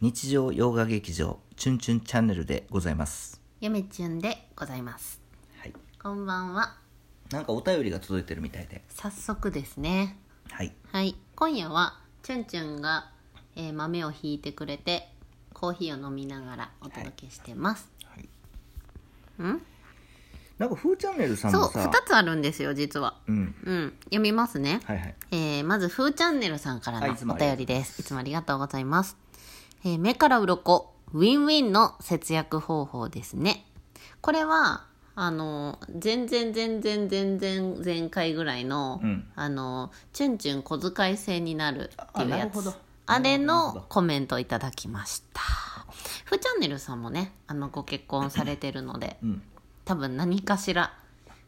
日常洋画劇場チュンチュンチャンネルでございますやめちゅんでございますはいこんばんはなんかお便りが届いてるみたいで早速ですねはいはい今夜はチュンチュンが、えー豆をひいてくれてコーヒーを飲みながらお届けしてまはす、いんなんかフーチャンネルさんそうもさ2つあるんですよ実はうんうん読みますねはいはいえーまず、ふーチャンネルさんからはいのいつもおありが便とうりです。いつもありがとうございます。えー目から鱗ウィンウィンの節約方法ですね。これは、あのー、全然全然全然前回ぐらいの、うんあのー、チュンチュン小遣い制になるっていうあなやるほつ。どあれなるほどのコメントをいただきました。ふーチャンネルさんもね、あの、ご結婚されてるので、うん多分何かしら、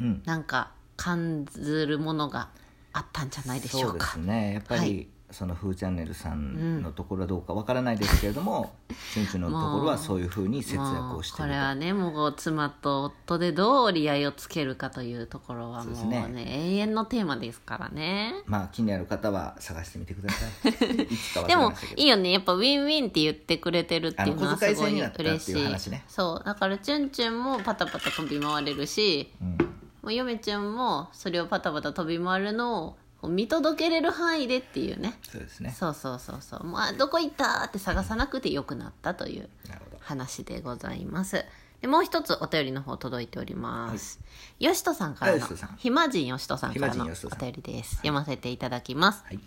うんなんか感ずるものがあったんじゃないでしょそううでか。すねやっぱり、はいそのフーチャンネルさんのところはどうかわからないですけれども、チュンチュンのところはそういうふうに節約をしてもうるこれとはねもうこう妻と夫でどう折り合いをつけるかというところはもうそうねです永遠のテーマですからねまあ気になる方は探してみてくださ いいつか忘でれもましたけどいいよねやっぱウィンウィンって言ってくれてるっていうのあはの小遣すいご制にいなったっていう嬉しい話ねそうだからチュンチュンもパタパタ飛び回れるしうんもう嫁ちゃんもそれをパタパタ飛び回るのをこう見届けれる範囲でっていうねそうですねそうそうそうそうもうあどこ行ったって探さなくてよくなったというなるほど話でございます。でもう一つお便りの方届いております。よしとさんからあのよしとさん、ひまじんよしとさんからのひまじんよしとさんお便りです。読ませていただきます。はい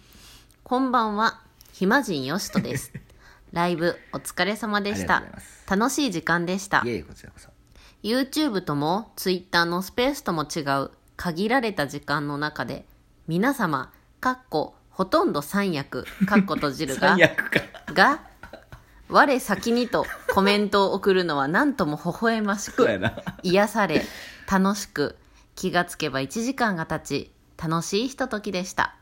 こんばんは、ひまじんよしとです。 ライブお疲れ様でしあたりがとうございます。楽しい時間でしたい。えいえこちらこそ YouTube とも Twitter のスペースとも違う限られた時間の中で、皆様、かっこ、ほとんど三役、かっこ閉じるが 三、役かが「我先に」とコメントを送るのは何とも微笑ましそうやくな癒され楽しく気がつけば1時間が経ち楽しいひとときでした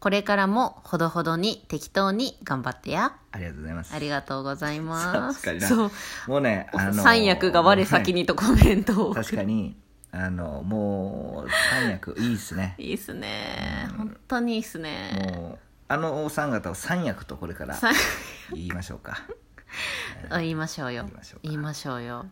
これからもほどほどに適当に頑張ってやありがとうございますありがとうございま確すかになそうもうねあの三役が我先にとコメントを送る確かにあのもう三役いいっすねいいっすね本当にいいっすねもうあのお三方を三役とこれから三言いましょうかあ言いましょうよ言いましょうか言いましょうよ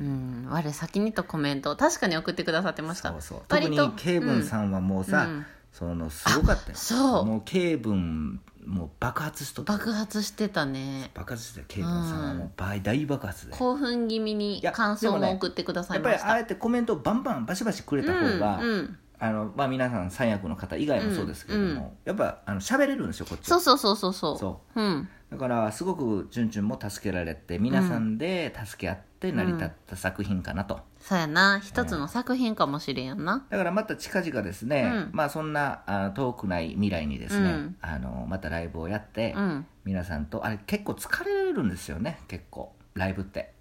うん、我先にとコメントを確かに送ってくださってましたそうそう特割にとケイブンさんはもうさ、うんそのすごかったよあそうもうケイブンもう爆発しとった爆発してたね爆発してケイブンさんはもう倍大爆発で、興奮気味にいや感で想もねも送ってくださやいっぱまりしああたやってコメントをバンバンバシバシくれた方が、うんうんあのまあ、皆さん三役の方以外もそうですけれども、やっぱあの喋れるんですよこっちそはうそうそうそうそう、そうん、だからすごくチュンチュンも助けられて皆さんで助け合って成り立った作品かなと、そうやな一つの作品かもしれんやな、だからまた近々ですね、うんまあそんなあ遠くない未来にですね、うんあのまたライブをやって、うん皆さんとあれ結構疲れるんですよね結構ライブって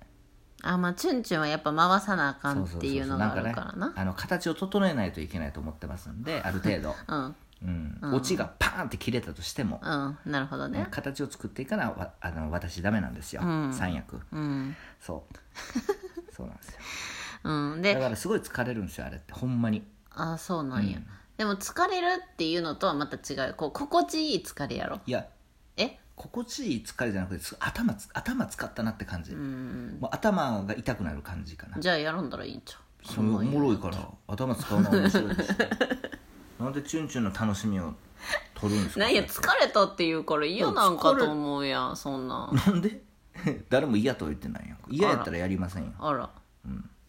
あまあチュンチュンはやっぱ回さなあかんそっそてそいうのがあるからんなね、あの形を整えないといけないと思ってますんである程度、うんうんうんオチがパーンって切れたとしても、うんなるほどね形を作っていかなわあの私ダメなんですよ、うん三役うん、そうそうなん ですようん、だでからすごい疲れるんですよあれってほんまにあそうなんや、うんでも疲れるっていうのとはまた違うこう心地いい疲れやろいやえ心地いい疲れじゃなくてす頭つ頭使ったなって感じ、うんもう頭が痛くなる感じかなじゃあやるんだらいいんちゃうそれおもろいから頭使うのは面白いです ねなんでチュンチュンの楽しみを取るんですかなんや疲れたって言うから嫌なんかと思うやんそんなんなんで 誰も嫌とは言ってないやん嫌やったらやりませんよあら、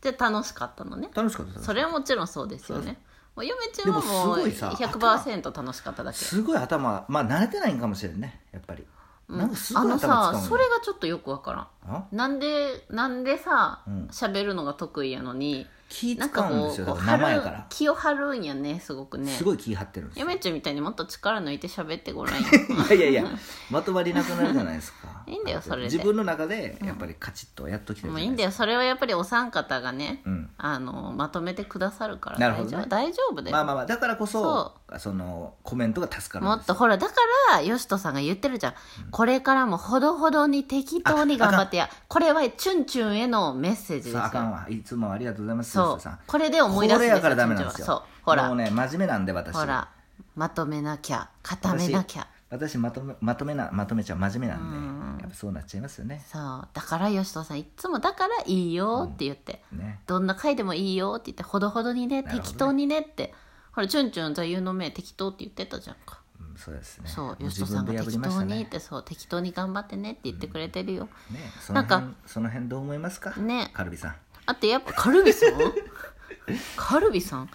で楽しかったのね楽しかった楽しかそっれはもちろんそうですよねもう嫁ちゃんはでもすもうごいさ100%楽しかっただたけすごい頭まあ慣れてないんかもしれんねやっぱり、うんなんかすごあいの頭使うさのそれがちょっとよくわかあらんなんでなんでさうん喋、るのが得意やのに気なん使かうんでこすうよこだからう生やか張るら気を張るんやねすごくねすごい気張ってるんですよ嫁ちゃんみたいにもっと力抜いて喋ってごらん よいやいやいやまとまりなくなるじゃないですかいいんだよそれで自分の中でやっぱりカチッとやっときたもういじいゃなんだよそれはやっぱりお三方がね、うんあのまとめてくださるからな大るほ丈ど夫、ね大丈夫だよ、まあまあまあだからこそそのコメントが助かもるんでっすとよほらだからよしとさんが言ってるじゃん、これからもほどほどに適当に頑張ってやこれはチュンチュンへのメッセージですさああかんよわいつもありがとうございますそ吉田うさんこれで思い出すこんでれすやからダメなんですチュンチュンはよそうほら、もうね真面目なんで私ほらまとめなきゃ固めなきゃ私私まとめまとめなまとめちゃう真面目なんで、うんやっぱそうなっちゃいますよねそうだから吉藤さんいっつも「だからいいよ」って言って、ねどんな回でもいいよ」って言って「ほどほどになねるほどね適当にね」ってほらチュンチュン座右の銘適当って言ってたじゃんか、うんそうですねそうも吉藤さんが自適分で破りまし当たにねって、そう適当に頑張ってねって言ってくれてるよ、ねそなのんか辺その辺どう思いますかねカルビさんあとやっぱカルビさん カルビさん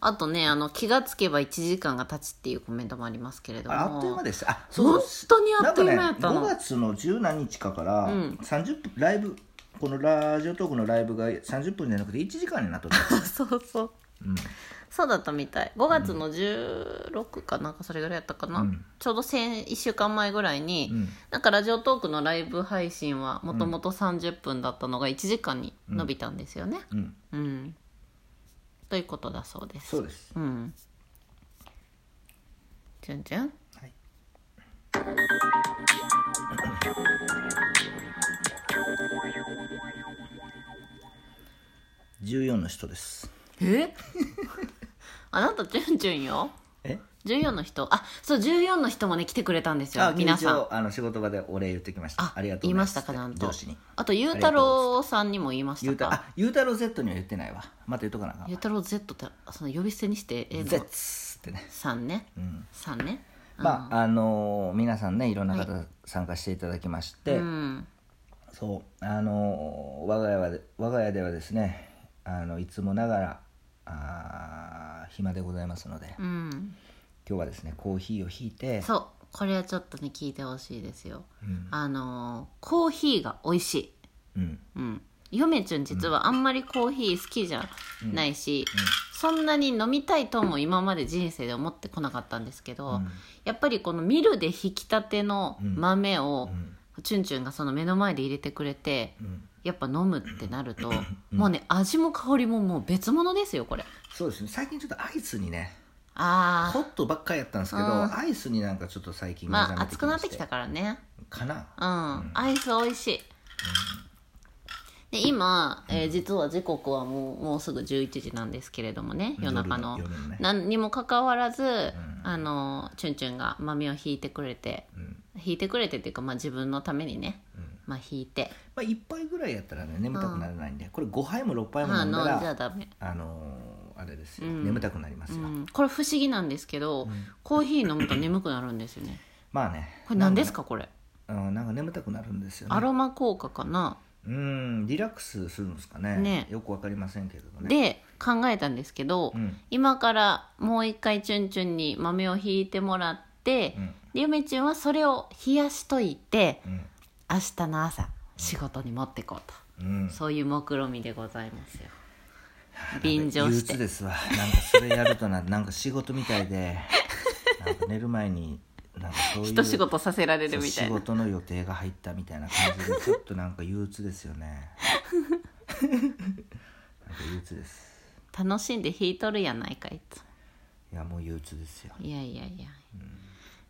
あとねあの気がつけば1時間が経ちっていうコメントもありますけれどもああっという間でしたあ本当にあっという間やなっんたかねの、 5月の十何日かからうん30分ライブこのラジオトークのライブが30分じゃなくて1時間になっとったそうそううんそうだったみたい5月の16かなんかそれぐらいやったかな、うんちょうど先1週間前ぐらいに、うんなんかラジオトークのライブ配信はもともと30分だったのが1時間に伸びたんですよねうんうん、ということだそうですそうですうんじゅんじゅんはい14の人ですえ あなたじゅんじゅんよえ14の人あそう14の人もね来てくれたんですよあ皆さん一応あの仕事場でお礼言ってきましたありがとう言いござまましすたかちゃんってと上司にあとゆうたろうさんにも言いましゆたうたかあゆうたろう Z には言ってないわまた言っとかなあかんゆうわたろう Z ってその呼び捨てにしてええの Z ってねさんねうんさんねまああのー皆さんねいろんな方参加していただきましうて、んそうあのー我が家はで我が家ではですねあのいつもながらあー暇でございますので、今うん日はですねコーヒーをひいてそうこれはちょっとね聞いてほしいですようんあのーコーヒーが美味しいうんうん嫁ちゅん実はあんまりコーヒー好きじゃないし、そんなに飲みたいとも今まで人生で思ってこなかったんですけど、うんやっぱりこのミルで引きたての豆を、うんチュンチュンがその目の前で入れてくれてうんやっぱ飲むってなると、もうね味も香りももう別物ですよこれそうですね最近ちょっとアイスにねあホットばっかりやったんですけど、うんアイスになんかちょっと最ー近まあ目熱覚くなめっててききまたしてからねかなうん、アイス美味しい、で今、えー実は時刻はもうもうすぐ11時なんですけれどもね夜中の夜の夜のね何にもかかわらず、あのチュンチュンが豆を引いてくれて、引いてくれてっていうか、まあ、自分のためにね、まあ引いてまあ、1杯ぐらいやったらね眠たくならないんで、これ5杯も6杯もまあ飲飲んんだじゃらダメあのーあれですよ、眠たくなりますよ、うんこれ不思議なんですけど、コーヒー飲むと眠くなるんですよねまあねこれ何ですか、かこれうん、なんか眠たくなるんですよねアロマ効果かな、うんリラックスするんですかねねよくわかりませんけれどねで考えたんですけど、うん今からもう一回チュンチュンに豆をひいてもらって、うんでゆめちゅんはそれを冷やしといてうん、明日の朝仕事に持ってこうと、うん、そういう目論見でございますよ便乗し憂鬱てですわなんかそれやるとな なんか仕事みたいでなんか寝る前になんかそういう一仕事させられそるうみた仕いな事の予定が入ったみたいな感じでちょっとなんか憂鬱ですよ ねなんか憂鬱です楽しんで引いとるやないかいつもいやもう憂鬱ですよいやいやいや、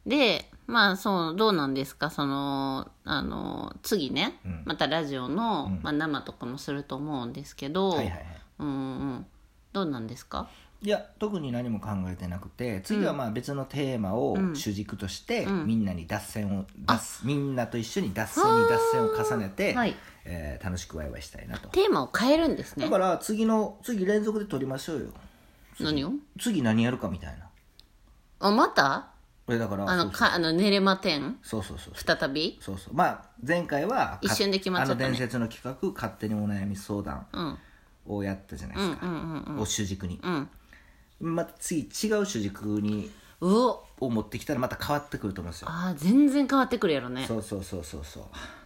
でまあそうどうなんですかそのあの次ね、うんまたラジオの、うんまあ、生とかもすると思うんですけど、はいはいはいうんうんどうなんですかいや特に何も考えてなくて次はまあ別のテーマを主軸として、みんなに脱線を脱みんなと一緒に脱線に脱線を重ねて、はいえー楽しくワイワイしたいなとテーマを変えるんですねだから次の次連続で撮りましょうよ何を次何やるかみたいなあまたこれだからあそのうそうかあの寝れま展そうそうそう再びそうそうまあ前回は一瞬で決まっちゃったねあの伝説の企画「勝手にお悩み相談うん」をやったじゃないですか、を主軸に、うんまた次違う主軸にうおを持ってきたらまた変わってくると思うんですよあー全然変わってくるやろねそうそうそうそうそう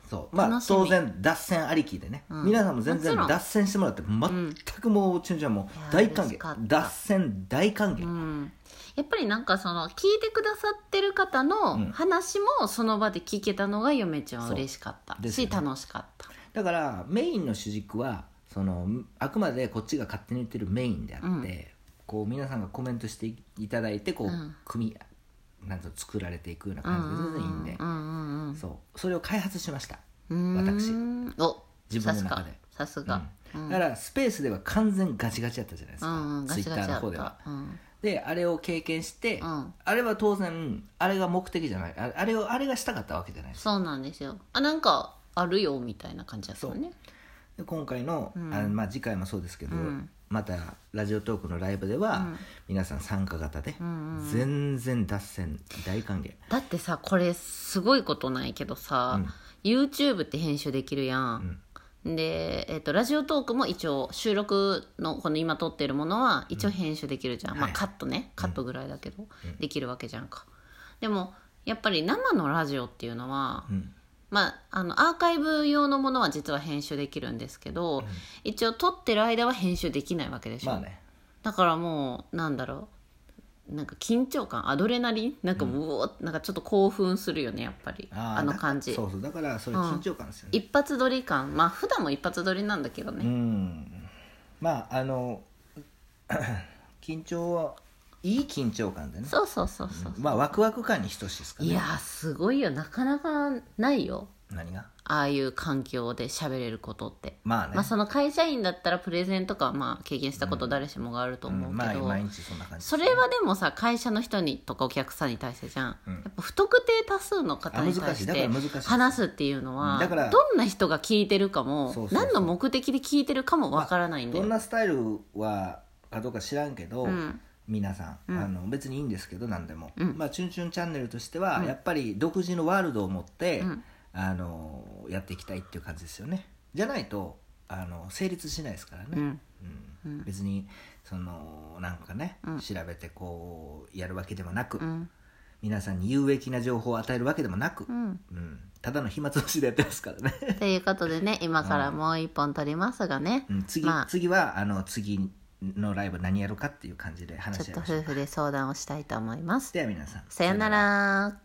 そうまあ楽しみ当然脱線ありきでね、皆さんも全然もちろん脱線してもらって全くもうちゅんちゃんもいやー大歓嬉しかっ迎た脱線大歓迎、うんやっぱりなんかその聞いてくださってる方の話もその場で聞けたのが嫁ちゃんは嬉しかったそうですし、よね楽しかっただからメインの主軸はそのあくまでこっちが勝手に言ってるメインであって、こう皆さんがコメントしていただいてこう、うん組みなんと作られていくような感じで全然いいんで、うんうんそうそれを開発しました、うんう私んお自分の中でさすがさすがだからスペースでは完全ガチガチやったじゃないですか、うんうんガツイチッタガチーの方だっではたうんであれを経験して、うんあれは当然あれが目的じゃないああれをあれがしたかったわけじゃないですそうなんですよあなんかあるよみたいな感じだったよねで今回の,、うんあのまあ、次回もそうですけど、うんまたラジオトークのライブでは、うん皆さん参加型で、うんうん全然脱線大歓迎だってさこれすごいことないけどさ、YouTube って編集できるやん、で、えっとラジオトークも一応収録のこの今撮ってるものは一応編集できるじゃん、まあはいカットねカットぐらいだけど、できるわけじゃんかでもやっぱり生のラジオっていうのは、うんまあ、あのアーカイブ用のものは実は編集できるんですけど、一応撮ってる間は編集できないわけでしょ、まあねだからもうなんだろうなんか緊張感アドレナリンなんかもううおーなんかちょっと興奮するよねやっぱりあーの感じそうそうだからそういう緊張感ですよね、一発撮り感まあ普段も一発撮りなんだけどうね、んまああの 緊張はいい緊張感でねそうそうそうそう、まあワクワク感に等しいですかいやねーすごいよなかなかないよ何がああいう環境で喋れることって、まあねまあその会社員だったらプレゼンとかはまあ経験したこと誰しもがあると思ううんけまあど、毎日そんな感じそれはでもさ会社の人にとかお客さんに対してじゃん、うんやっぱ不特定多数の方にあ難対しいしだからて難しいです話すっていうのはだからどんな人が聞いてるかもそうそうそう何の目的で聞いてるかもわからないんだどよ、んなスタイルはかどうか知らんけど、うん皆さん、あの別にいいんですけど何でも、うんまあチュンチュンチャンネルとしては、やっぱり独自のワールドを持って、うんあのやっていきたいっていう感じですよねじゃないとあの成立しないですからね、うんうん別にそのなんかね、うん調べてこうやるわけでもなく、うん皆さんに有益な情報を与えるわけでもなく、ううんん、ただの暇つぶしでやってますからね、ということでね今からもう一本撮りますがね、うん次まあ次はあの次のライブ何やるかっていう感じで話しち合いょっとましょ夫う婦で相談をしたいと思いますでは皆さんさよなら